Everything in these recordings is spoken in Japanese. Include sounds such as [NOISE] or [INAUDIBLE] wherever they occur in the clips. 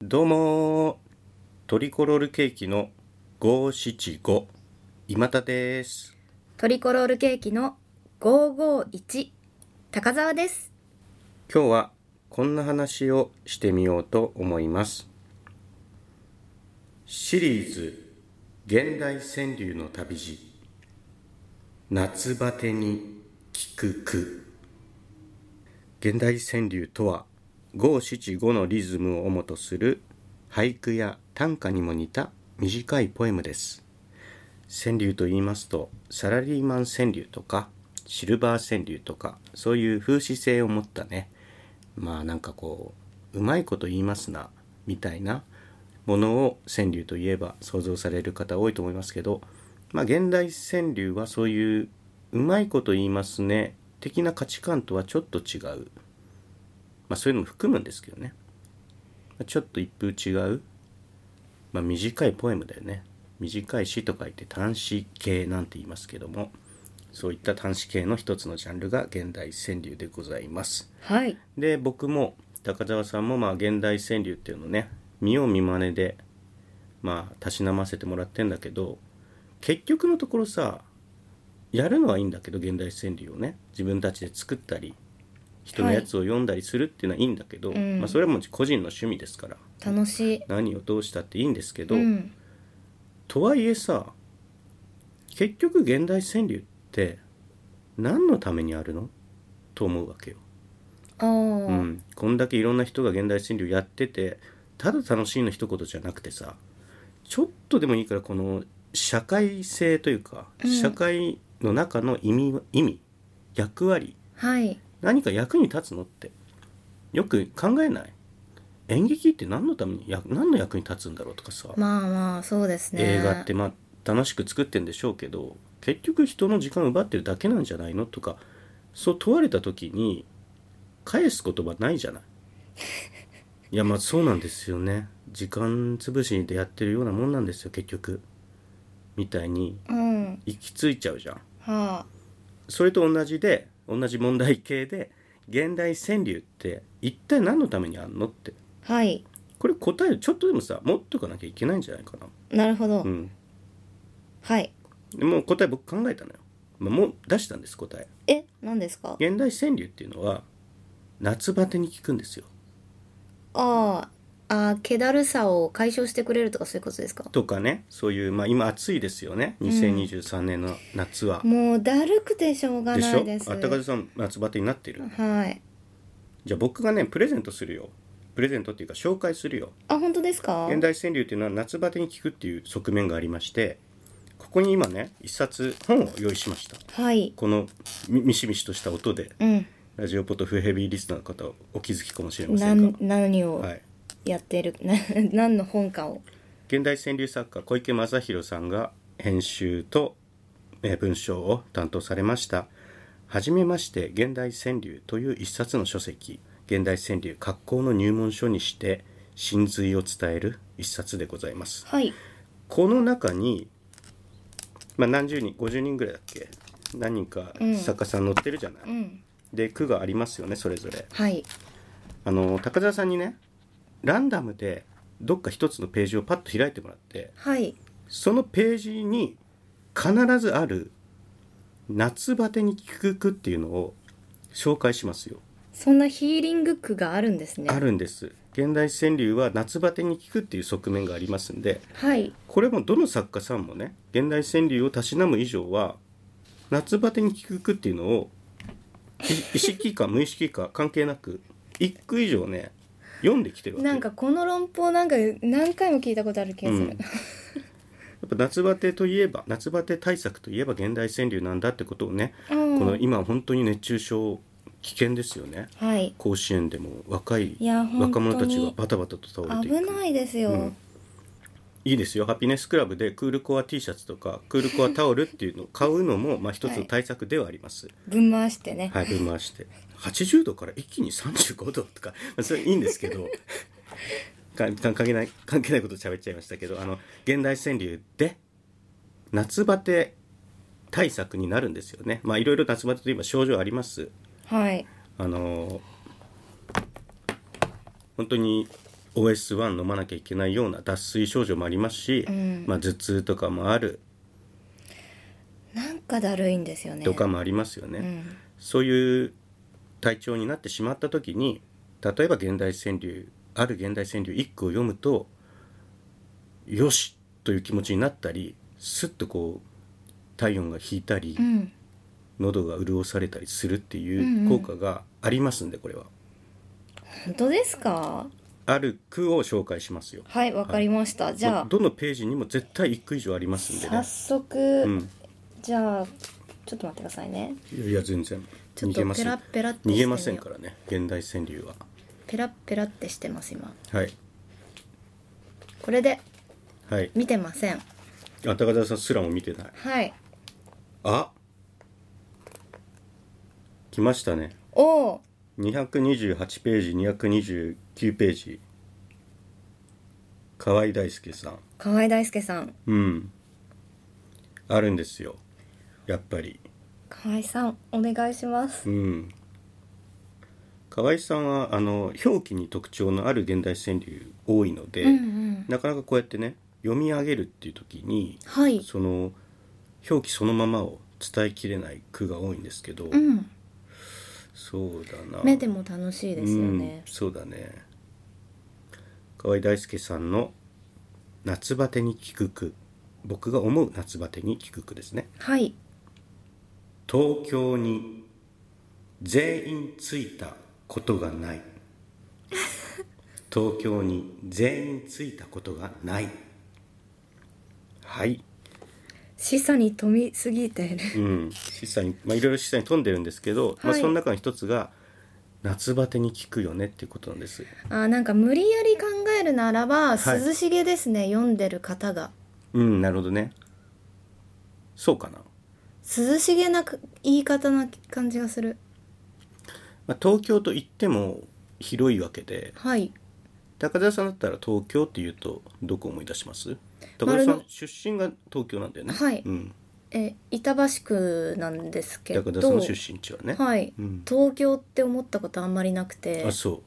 どうもートリコロールケーキの575今田ですトリコロールケーキの551高澤です今日はこんな話をしてみようと思いますシリーズ現代川柳の旅路夏バテに聞く句現代川柳とは五七五のリズムをもとする俳句や短歌にも似た短いポエムです川柳と言いますとサラリーマン川柳とかシルバー川柳とかそういう風刺性を持ったねまあなんかこううまいこと言いますなみたいなものを川柳といえば想像される方多いと思いますけどまあ現代川柳はそういううまいこと言いますね的な価値観とはちょっと違うまあそういうのも含むんですけどねまあちょっと一風違うまあ、短いポエムだよね短い詩と書いて短詩系なんて言いますけどもそういった短詩系の一つのジャンルが現代川柳でございますはいで僕も高澤さんもまあ現代川柳っていうのをね見よう見まねでまあたしなませてもらってんだけど結局のところさやるのはいいんだけど現代川柳をね自分たちで作ったり人のやつを読んだりするっていうのはいいんだけど、はいうんまあ、それはもう個人の趣味ですから楽しい何をどうしたっていいんですけど、うんとはいえさ結局現代川柳って何のためにあるのと思うわけよ。ああ、うん、こんだけいろんな人が現代川柳やっててただ楽しいの一言じゃなくてさちょっとでもいいからこの社会性というか、うん社会の中の意味意味役割はい何か役に立つのってよく考えない演劇って何のためにや何の役に立つんだろうとかさ、まあまあそうですね映画ってまあ楽しく作ってんでしょうけど結局人の時間を奪ってるだけなんじゃないのとかそう問われた時に返す言葉ないじゃないいやまあそうなんですよね時間潰しでやってるようなもんなんですよ結局みたいにうん行き着いちゃうじゃんはあそれと同じで同じ問題系で現代川柳って一体何のためにあんのってはいこれ答えちょっとでもさ持っとかなきゃいけないんじゃないかななるほど、うんはいでもう答え僕考えたのよ、まあもう出したんです答ええ何ですか現代川柳っていうのは夏バテに効くんですよあああー気だるさを解消してくれるとかそういうことですかとかねそういうまあ今暑いですよね2023年の夏は、もうだるくてしょうがでしないょですあったかずさん夏バテになってる、はいじゃあ僕がねプレゼントするよプレゼントっていうか紹介するよあ本当ですか現代川柳っていうのは夏バテに効くっていう側面がありましてここに今ね一冊本を用意しましたはいこのみミシミシとした音でうんラジオポトフヘビーリスナーの方はお気づきかもしれませなんんが何を、はいやってる [LAUGHS] な何の本かを現代川柳作家小池正弘さんが編集とえー文章を担当されました「はじめまして現代川柳」という一冊の書籍現代川柳格好の入門書にして真髄を伝える一冊でございますはいこの中に、まあ、何十人50人ぐらいだっけ何人かうん作家さん載ってるじゃない、うんで句がありますよねそれぞれはいあの高澤さんにねランダムでどっか一つのページをパッと開いてもらってはいそのページに必ずある夏バテに効く句っていうのを紹介しますよ。そんなヒーリング句があるんですねあるんです。現代川柳は夏バテに効くっていう側面がありますんで、はいこれもどの作家さんもね、現代川柳をたしなむ以上は、夏バテに効く句っていうのを、い意識か無意識か関係なく、一句以上ね、読んできてるわけよなんかこの論法なんか何回も聞いたことある気がすうんる、やっぱ夏バテといえば夏バテ対策といえば現代川柳なんだってことをね、うんこの今本当に熱中症危険ですよねはい甲子園でも若いいや若者たちが本バタバタと倒れてい危くないですよ、うんいいですよハピネスクラブでクールコア T シャツとかクールコアタオルっていうのを買うのもまあ一つの対策ではありますぶん回してね、はい分回して80度から一気に35度とか、 [LAUGHS] まあ、それいいんですけどかか関係ない関係ないこと喋っちゃいましたけどあの現代川柳で夏バテ対策になるんですよねまあいろいろ夏バテといえば症状ありますはいあのー本当に OS1 飲まなきゃいけないような脱水症状もありますし、うんまあ、頭痛とかもあるなんかだるいんですよねとかもありますよね。うんそういう体調になってしまった時に例えば現代川柳ある現代川柳一句を読むとよしという気持ちになったりすっとこう体温が引いたり、うん喉が潤されたりするってんいううん効果がありますんでこれは。本当ですかある句を紹介しますよ。はいわかりました、じゃあどのページにも絶対一句以上ありますんで早ね。速、んじゃあちょっと待ってくださいねいやいや全然ちょ逃っげとませペんラッペラって逃してげみよまうせんからね現代川柳は。ペラッペラってしてます今はいこれではい。見てませんあ高田さんすらも見てない。はいあ来ましたねおお228ページ229ページ河合大輔さん河合大輔さんうんあるんですよやっぱり河合さんお願いしますうん河合さんはあの表記に特徴のある現代川柳多いので、うんうんなかなかこうやってね読み上げるっていう時にはいその表記そのままを伝えきれない句が多いんですけど、うんそうだな目でも楽しいですよねうん、そうだね河合大輔さんの「夏バテに聞く句」僕が思う夏バテに聞く句ですねはい東京に全員ついたことがない東京に全員ついたことがないはい示唆に富みすぎて [LAUGHS] るうん示唆にまあいろいろ示唆に富んでるんですけど、まあはいその中の一つが夏バテに聞くよねっていうことなんですあーなんか無理やり考えるならばはい涼しげですね、読んでる方がうんなるほどねそうかな、涼しげなく言い方な感じがするまあ、東京といっても広いわけではい高田さんだったら東京っていうとどこ思い出します高田さ丸んの出身が東京なんだよねはいうん、え板橋区なんですけど高田さんの出身地はね、はい、うん東京って思ったことあんまりなくてあそ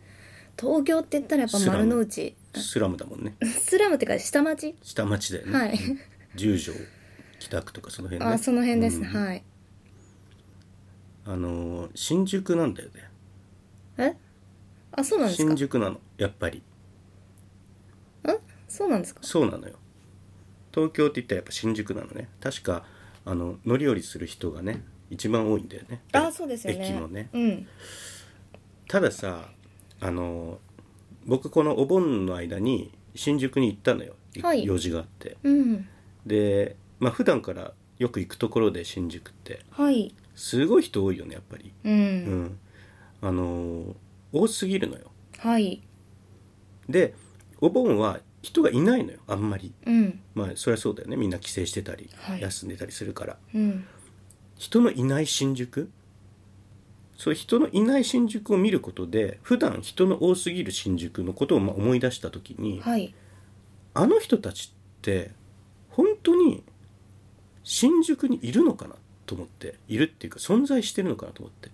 東京って言ったらやっぱ丸の内うスラムだもんね [LAUGHS] スラムってか下町下町だよね、はいうん十条北区とかその辺ねあその辺ですね、うんはいあのー新宿なんだよねえあそうなんですか新宿なのやっぱりんそうなんですかそうなのよ東京って言ったらやっぱ新宿なのね確かあの乗り降りする人がね一番多いんだよねあそうですよね駅もねうんたださあの僕このお盆の間に新宿に行ったのよ、いはい用事があってうんでまあ普段からよく行くところで新宿ってはいすごい人多いよねやっぱりうん、うん、あの多すぎるのよはいでお盆は人がいないのよあんまりうんまあそりゃそうだよねみんな帰省してたり、はい休んでたりするからうん人のいない新宿そういう人のいない新宿を見ることで普段人の多すぎる新宿のことをまあ思い出した時に、はいあの人たちって本当に新宿にいるのかなと思っているっていうか存在してるのかなと思って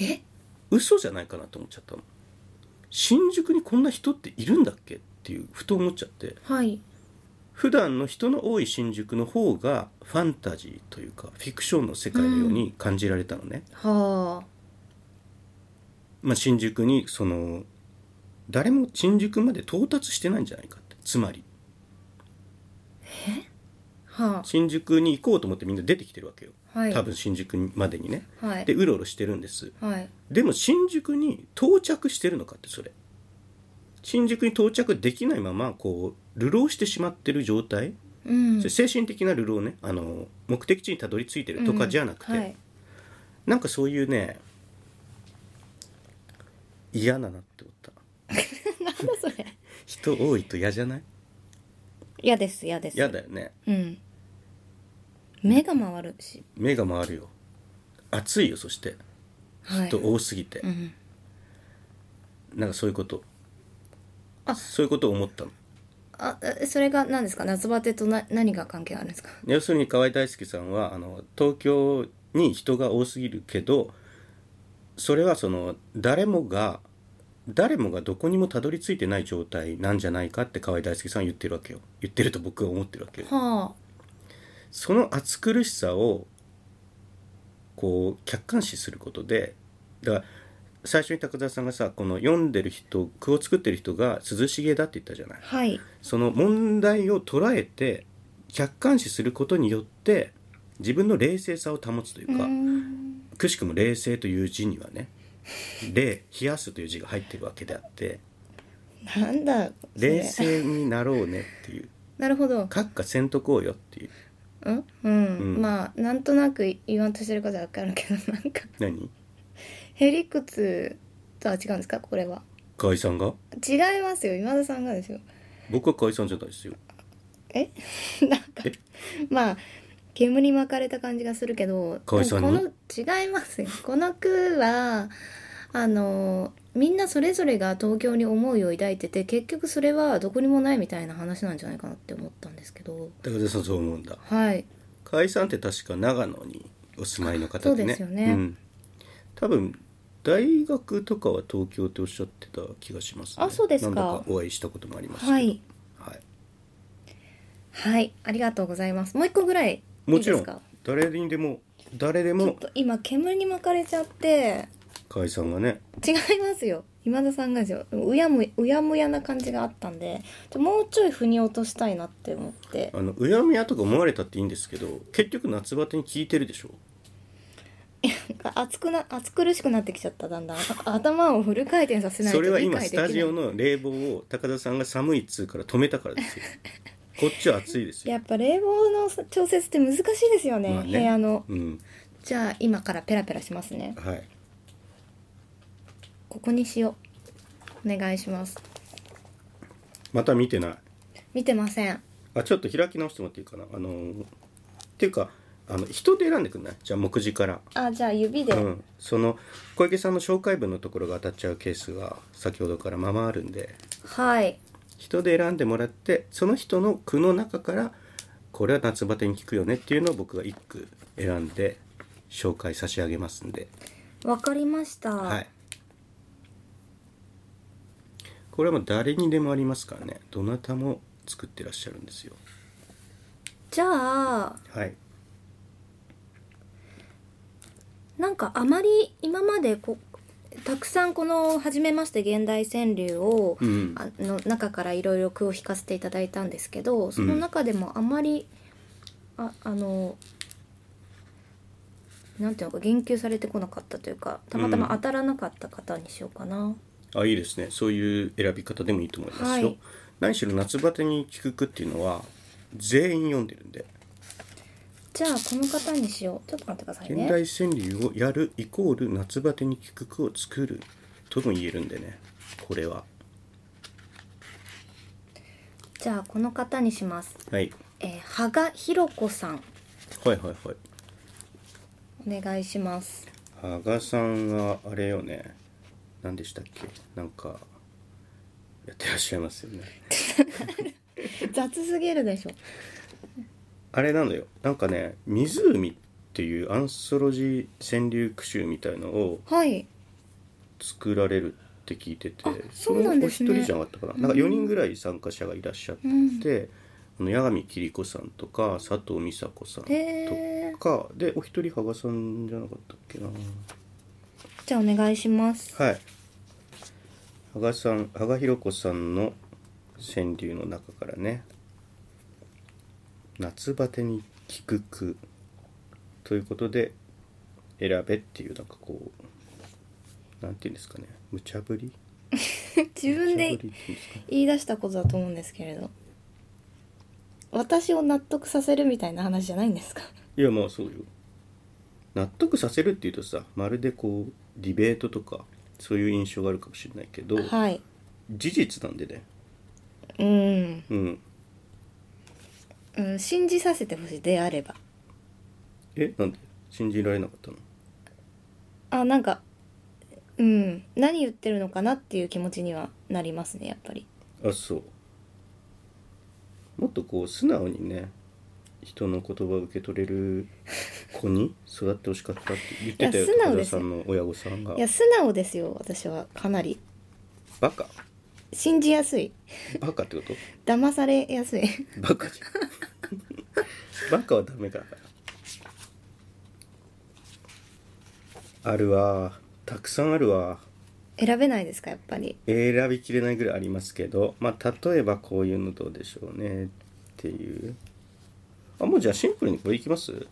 え嘘じゃないかなと思っちゃったの新宿にこんな人っているんだっけっていうふと思っちゃってはい普段の人の多い新宿の方がファンタジーというかフィクションの世界のように感じられたのね、はまあ、新宿にその誰も新宿まで到達してないんじゃないかってつまりあは新宿に行こうと思ってみんな出てきてるわけよ、あはい多分新宿にまでにねはいでうろうろしてるんですはいでも新宿に到着してるのかってそれ新宿に到着できないままこう流浪してしまってる状態、うんそれ精神的な流浪ねあの目的地にたどり着いてるとかじゃなくて、うんはい [LAUGHS] なんかそういうね嫌だなって思ったなんだそれ人多いと嫌じゃない嫌です嫌です嫌だよねうん目が回るし目が回るよ暑いよそしてはい人多すぎて、うんなんかそういうことあそういうことを思ったのあえそれが何ですか夏バテとな何が関係あるんですか要するに河合大輔さんはあの東京に人が多すぎるけどそれはその誰もが誰もがどこにもたどり着いてない状態なんじゃないかって河合大輔さんは言ってるわけよ言ってると僕は思ってるわけよはその暑苦しさをこう客観視することでだから最初に高澤さんがさこの読んでる人句を作ってる人が涼しげだって言ったじゃないあ、はい、その問題を捉えて客観視することによって自分の冷静さを保つといううか、ーん、くしくも冷静という字にはね「冷」「冷やす」という字が入ってるわけであってなんだそれ冷静になろうねっていうなるほど閣下せんとこうよっていううん、うんうんまあなんとなく言わんとしてることは分かるけど [LAUGHS] なんか何へりくつとは違うんですかこれは河合さんが違いますよ今田さんがですよ僕は河合さんじゃないですよえ [LAUGHS] なんかえまあ煙に巻かれた感じがするけど河合さんにでもこの違いますよこの句はあのみんなそれぞれが東京に思いを抱いてて結局それはどこにもないみたいな話なんじゃないかなって思ったんですけど高田さんそう思うんだはい河合さんって確か長野にお住まいの方でねそうですよねん、多分大学とかは東京っておっしゃってた気がします、ね、あそうですか何度かお会いしたこともありますけどはいはいはいありがとうございますもう一個ぐらいいもいちでろすんか誰にでも誰でちょっもと今煙に巻かれちゃって河合さんがね違いますよ今田さんがですようやむうやむやな感じがあったんでちょもうちょい腑に落としたいなって思ってあのうやむやとか思われたっていいんですけど結局夏バテに効いてるでしょなんか熱くな熱苦しくなってきちゃっただんだんあ頭をフル回転させないとそれは理今解スできなタいジオの冷房を高田さんが寒いっつうから止めたから [LAUGHS] ですよこっちは暑いですよやっぱ冷房の調節って難しいですよね,、まあね部屋のうんじゃあ今からペラペラしますねはいここにしようお願いしますまた見てない見てませんあちょっと開き直してもらっていいかなあのーっていうかあの人で選んでくんないじゃあ目次からあじゃあ指で、うんその小池さんの紹介文のところが当たっちゃうケースが先ほどからままあるんではい人で選んでもらってその人の句の中からこれは夏バテに効くよねっていうのを僕が一句選んで紹介差し上げますんで、わかりましたはい、これはもう誰にでもありますからねどなたも作ってらっしゃるんですよじゃあはいなんかあまり今までこたくさんこの「初めまして現代川柳を」うんあの中からいろいろ句を弾かせていただいたんですけどその中でもあまり、ああのなんていうのか言及されてこなかったというかたまたま当たらなかった方にしようかな。あいいですねそういう選び方でもいいと思いますよ、はい何しろ夏バテに効く句っていうのは全員読んでるんでじゃあこの方にしようちょっと待ってください現ね代川柳をやるイコール夏バテに効く句を作るとも言えるんでねこれはじゃあこの方にします、はいえー、羽賀弘子さんはいはいはいお願いします羽賀さんはあれよね何でしたっけなんかやってらっしゃいますよね雑すぎるでしょあれなのよなんかね「湖」っていうアンソロジー川柳句集みたいのをはい作られるって聞いててあそうなんですねそのお一人じゃなかったかな,、なんか4人ぐらい参加者がいらっしゃって、うんあの八神桐子さんとか佐藤美佐子さんとへーかでお一人羽賀さんじゃなかったっけなじゃあお願いし [LAUGHS] ますはい羽賀さん羽賀弘子さんの川柳の中からね「夏バテに効く句」ということで選べっていうなんかこうなんていうんですかね無茶ぶり自分で無茶ぶりっていうんですか言い出したことだと思うんですけれど私を納得させるみたいな話じゃないんですかいやまあそうよ納得させるっていうとさまるでこうディベートとかそういう印象があるかもしれないけどはい事実なんでねうん、うんうん、信じさせてほしいであればえなんで信じられなかったのあなんかうん何言ってるのかなっていう気持ちにはなりますねやっぱりあそうもっとこう素直にね人の言葉を受け取れる子に育ってほしかったって言ってたよいや素高直田ですさんの親御さんがいや素直ですよ私はかなりバカ信じやすいバカってこと騙されやすい [LAUGHS] バカじゃんバカはダメだあるわたくさんあるわ選べないですかやっぱり選びきれないぐらいありますけどまあ例えばこういうのどうでしょうねっていうあもうじゃあシンプルにこれいきます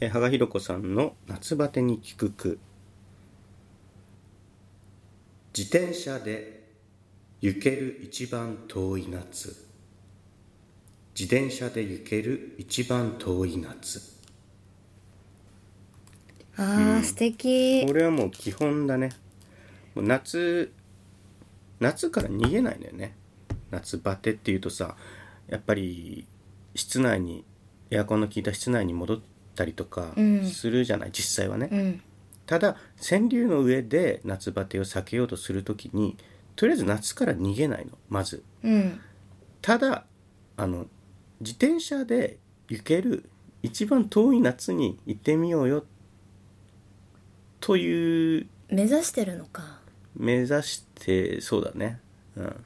え羽賀ひろ子さんの「夏バテに効く句」自転車で行ける一番遠い夏自転車で行ける一番遠い夏あー、素敵これはもう基本だねもう夏夏から逃げないんだよね夏バテっていうとさやっぱり室内にエアコンの効いた室内に戻ったりとかうんするじゃない、実際はね、うんただ川柳の上で夏バテを避けようとする時にとりあえず夏から逃げないのまずうんただあの自転車で行ける一番遠い夏に行ってみようよという目指してるのか目指してそうだね、うん、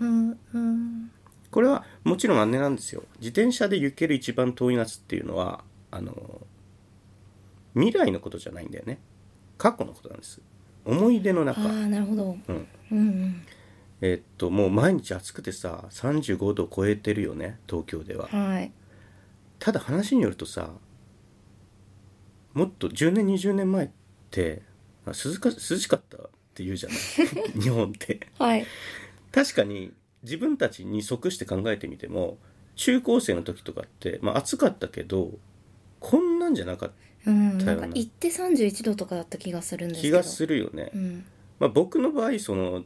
うんうんこれはもちろんあれなんですよ自転車で行ける一番遠い夏っていうのはあの未来のことじゃないんだよね過去のことなんです思い出のあ中、あなるほどうん、うんうんえっともう毎日暑くてさ35度超えてるよね東京でははいただ話によるとさもっと10年20年前ってあ涼か涼しかったって言うじゃない [LAUGHS] 日本ってはい確かに自分たちに即して考えてみても中高生の時とかって、まあ、暑かったけどこんなんじゃなかっうんだなよんねか行って31度とかだった気がするんでたす気けどがするよね、うんまあ、僕の場合その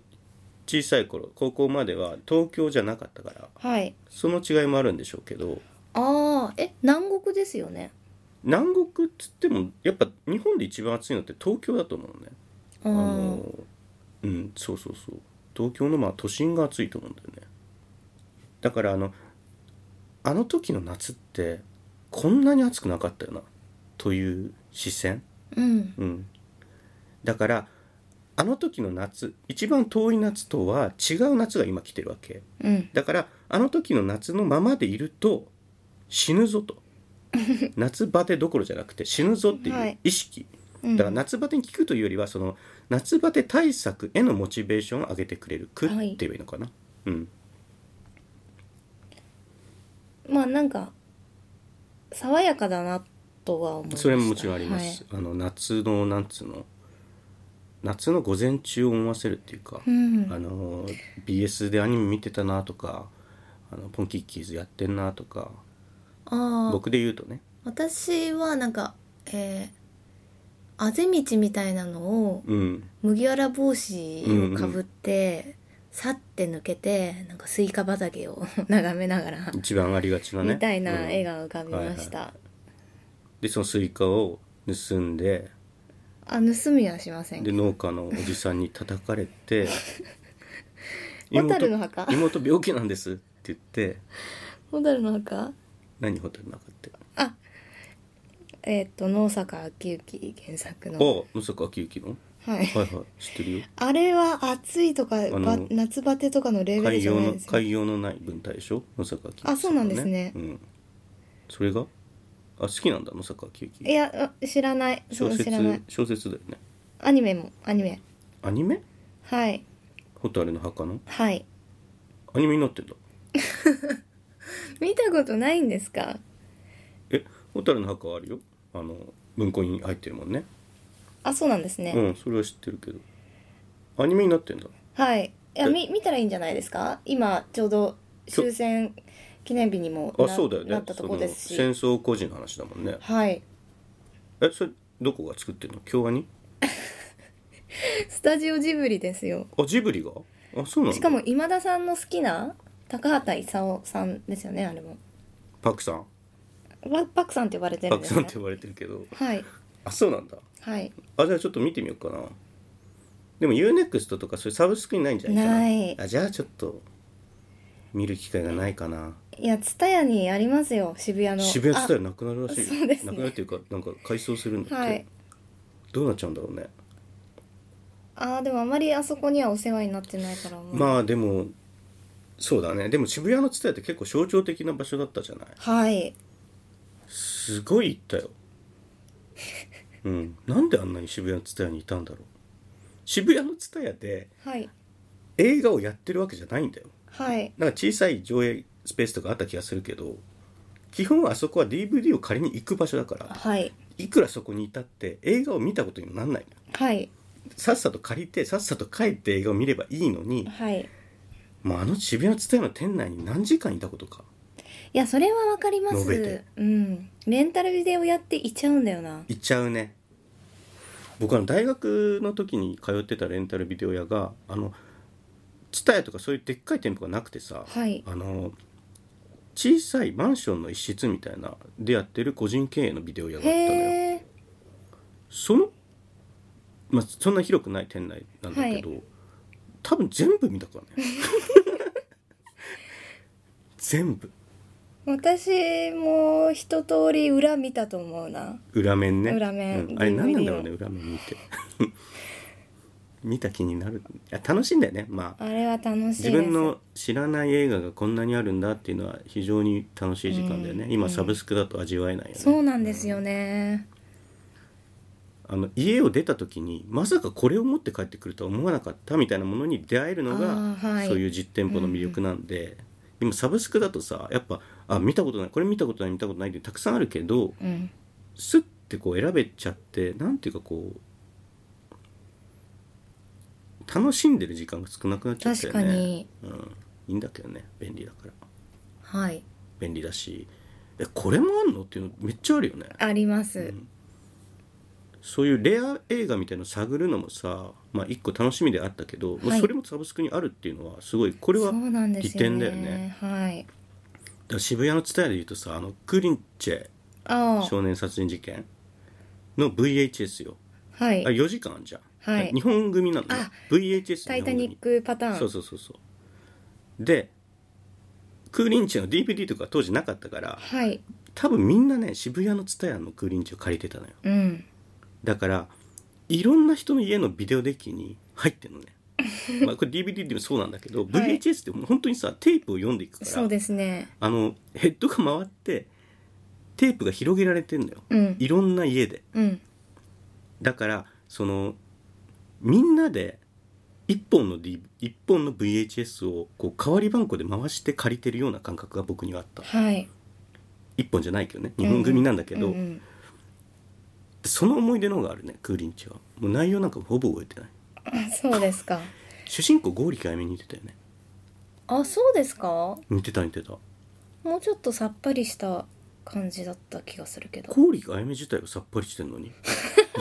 小さい頃高校までは東京じゃなかったからはいその違いもあるんでしょうけどああえ南国ですよね南国っつってもやっぱ日本で一番暑いのって東京だと思うのねああーのうんそうそうそう東京のまあ都心が暑いと思うんだよねだからあのあの時の夏ってこんなに暑くなかったよなという視線うんうんだからあの時の夏一番遠い夏とは違う夏が今来てるわけうんだからあの時の夏のままでいると死ぬぞ [LAUGHS] と夏バテどころじゃなくて死ぬぞってはいうい意識、うんだから夏バテに効くというよりはその夏バテ対策へのモチベーションを上げてくれる句っては言いえばいいのかな、うんまあなんか爽やかだなとは思いましたそれももちろんあります、あの夏のなんつうの夏の午前中を思わせるっていうか、はい、うんあの BS でアニメ見てたなとかあのポンキッキーズやってんなとかああ僕で言うとね私はなんかえーあぜ道みたいなのをうん麦わら帽子をかぶって、さって抜けてなんかスイカ畑を [LAUGHS] 眺めながら、一番ありがちなねみたいな絵うんが浮かびました、でそのスイカを盗んであ盗みはしませんで農家のおじさんに叩かれ [LAUGHS] て蛍の墓妹病気なんですって言ってホタルの墓何蛍の墓ってえっ、と能坂昭之原作のあまさか秋行のはいはいはい知ってるよあれは暑いとかのば夏バテとかのレベル海じゃ洋ないのですよ海洋のない文体でしょ野坂昭之あそうなんですねうんそれがあ好きなんだ野坂昭い之やあ知らないそ小う説知らない小説だよねアニメもアニメアニメはい蛍の墓のはいアニメになってんだ見たことないんですかえ蛍の墓はあるよあの文庫に入ってるもんねあそうなんですね、うんそれは知ってるけどアニメになってんだはいいやえみ見たらいいんじゃないですか今ちょうど終戦記念日にもあなそうだよなねったとそこのです戦し争孤児の話だもんねはいえそれどこが作ってるの京アニスタジオジブリですよあジブリがあそうなんだしかも今田さんの好きな高畑勲さんですよねあれもパクさんパパクさんって呼ばれてるパんクですさんねって呼ばれてるけどはいあそうなんだはいあじゃあちょっと見てみようかなでも UNEXT とかそういうサブスクにないんじゃないかなないあじゃあちょっと見る機会がないかないや蔦屋にありますよ渋谷の渋谷あ自体なくなるらしいよそうですねなくなるっていうかなんか改装するんだって、はいどうなっちゃうんだろうねああでもあまりあそこにはお世話になってないからもうまあでもそうだねでも渋谷の蔦屋って結構象徴的な場所だったじゃないはいすごい行った [LAUGHS] ようんなんであんなに渋谷の蔦屋にいたんだろう渋谷の蔦屋ではい映画をやってるわけじゃないんだよはいなんか小さい上映スペースとかあった気がするけど基本はあそこは DVD を借りに行く場所だからはいいくらそこにいたって映画を見たことにもなんないのはいさっさと借りてさっさと帰って映画を見ればいいのにはいもうあの渋谷の蔦屋の店内に何時間いたことかいやそれはわかりま述べてすうんレンタルビデオやっていっちゃうんだよな行っちゃうね僕は大学の時に通ってたレンタルビデオ屋があの蔦屋とかそういうでっかい店舗がなくてさ、はいあの小さいマンションの一室みたいなでやってる個人経営のビデオ屋があったのよへえその、まあ、そんな広くない店内なんだけど、多分全部見た [LAUGHS] からね全部私も一通り裏見たと思うな裏面ね裏面うんあれ DVD 何なんだろうね裏面見て [LAUGHS] 見た気になるいや楽しいんだよねまああれは楽しいです自分の知らない映画がこんなにあるんだっていうのは非常に楽しい時間だよね、うん今サブスクだと味わえないよね、そうなんですよねあの家を出た時にまさかこれを持って帰ってくるとは思わなかったみたいなものに出会えるのがあーはいそういう実店舗の魅力なんで、今サブスクだとさやっぱあ見たことないこれ見たことない見たことないってたくさんあるけどうんスッてこう選べちゃってなんていうかこう楽しんでる時間が少なくなっちゃった確よかねにうん、いいんだけどね便利だからはい便利だしえこれもあんのっていうのめっちゃあるよねありますそういうレア映画みたいの探るのもさ、まあ、一個楽しみであったけど、もうはいそれもサブスクにあるっていうのはすごいこれそはだうなんですよ利点だよねねはいから渋谷の蔦屋で言うとさあのクリンチェあ少年殺人事件の VHS よあはあい4時間あんじゃん、はい日本組なのねあ VHS タ日イタ本ニ組ックパターンそうそうそうそうでクーリンチェの DVD とか当時なかったからはい多分みんなね渋谷の蔦屋のクーリンチェを借りてたのようんだからいろんな人の家のビデオデッキに入ってる [LAUGHS] のねまあこれ DVD でもそうなんだけど、はい VHS ってもう本当にさテープを読んでいくかそうらですねあのヘッドが回ってテープが広げられてんのよ、うんいろんな家でうんだからそのみんなで一本の、D、一本の VHS をこう代わり番号で回して借りてるような感覚が僕にはあったはい一本じゃないけどね日本組なんだけど、うんうんその思い出の方があるねクーリンチはもう内容なんかほぼ覚えてないあそうですか主人公剛力あやめに似てたよねあそうですかも似てた似てたうちょっとさっぱりした感じだった気がするけど剛力あやめ自体がさっぱりしてんの [LAUGHS] に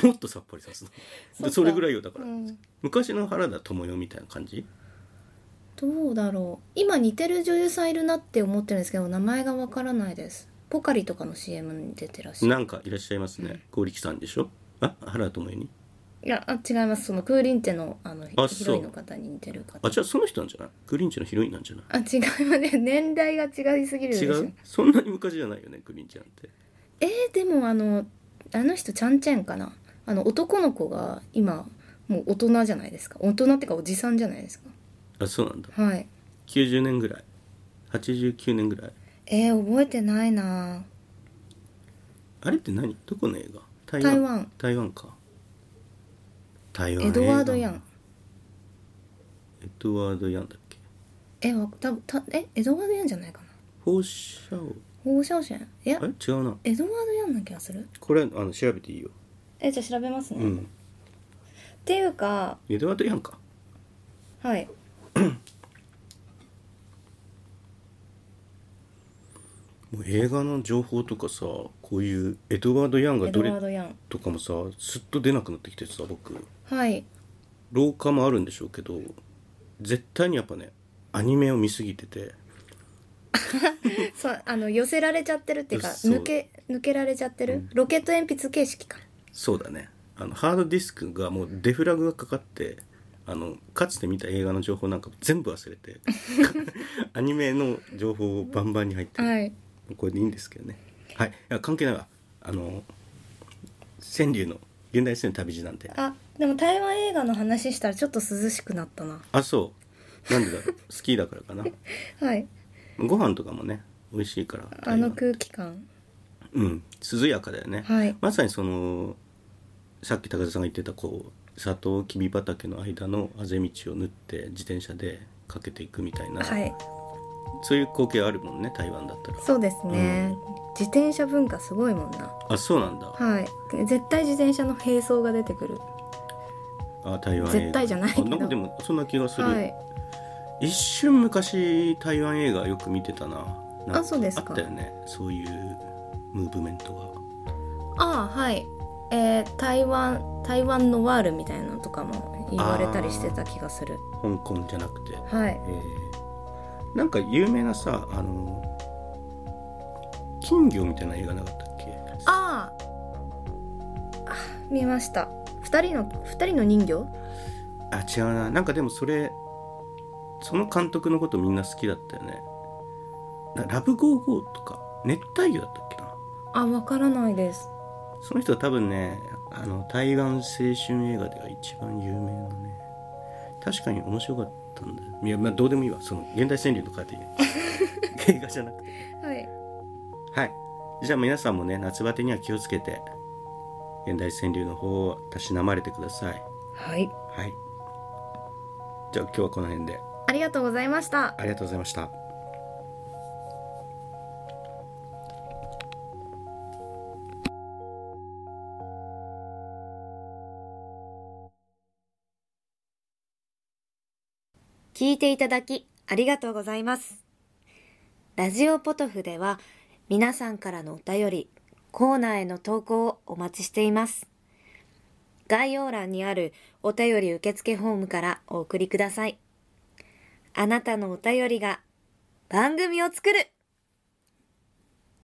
もっとさっぱりさせそたっのかそれぐらいよだかうら、ん昔の原田知世みたいな感じどうだろう今似てる女優さんいるなって思ってるんですけど名前がわからないですポカリとかの CM に出てらっしゃるなんかいらっしゃいますね剛力さんでしょあ原田知世にいやあ違いますそのクーリンテのあのあヒロイそンうの方に似てる方あじゃあその人なんじゃないクリンチのヒロインなんじゃないあ違います [LAUGHS] ね年代が違いすぎるでし違ょうそんなに昔じゃないよねクリンチなんてえー、でもあのあの人ちゃんちゃんかなあの男の子が今もう大人じゃないですか大人ってかおじさんじゃないですかあそうなんだはい90年ぐらい89年ぐらいえー、覚えてないなあれって何どこの映画台台湾台湾か台湾エドワード・映ヤ画なンエドワード・ヤンだっけえわたたえエドワード・ヤンじゃないかな放射を放射線いやえ違うなエドワード・ヤンな気がするこれあの調べていいよえじゃあ調べますね、うっんていうかエドワード・ヤンかはいもう映画の情報とかさこういうエドワード・ヤンがエドどれワード・ヤンとかもさすっと出なくなってきてさ僕はい [LAUGHS] 廊下もあるんでしょうけど絶対にやっぱねアニメを見すぎててそうあの寄せられちゃってるっていうかそう抜け抜けられちゃってる、ロケット鉛筆形式かそうだねあのハードディスクがもうデフラグがかかってあのかつて見た映画の情報なんか全部忘れ [LAUGHS] てアニメの情報をバンバンに入ってるはいこれでいいんですけどねはいいや関係ないわあの川柳の現代戦の旅路なんであでも台湾映画の話したらちょっと涼しくなったなあそうなんでだろう好きだからかなはいご飯とかもね美味しいからあの空気感うん涼やかだよね、はいまさにそのさっき高田さんが言ってたこう砂糖きび畑の間のあぜ道を縫って自転車で駆けていくみたいな、はいそういう光景あるもんね台湾だったらそうですね、自転車文化すごいもんなあそうなんだはい絶対自転車の並走が出てくるあ台湾映画絶対じゃないけどあなんかでもそんな気がする、はい一瞬昔台湾映画よく見てたななんあそうですかあったよねそういうムーブメントがああはいえー台湾台湾のワールみたいなのとかも言われたりしてた気がする香港じゃなくて、はいえーなんか有名なさあの金魚みたいな映画なかったっけあーあ見ました二人の二人の人魚あ違うななんかでもそれその監督のことみんな好きだったよねなラブゴーゴーとか熱帯魚だったっけなあわからないですその人は多分ねあの対岸青春映画では一番有名なね確かに面白かったんだよいやまあどうでもいいわその現代川柳とかでいい映画じゃなくてはいはいじゃあ皆さんもね夏バテには気をつけて現代川柳の方をたしなまれてくださいはいはいじゃあ今日はこの辺でありがとうございましたありがとうございました聞いていただきありがとうございます。ラジオポトフでは皆さんからのお便り、コーナーへの投稿をお待ちしています。概要欄にあるお便り受付フォームからお送りください。あなたのお便りが番組を作る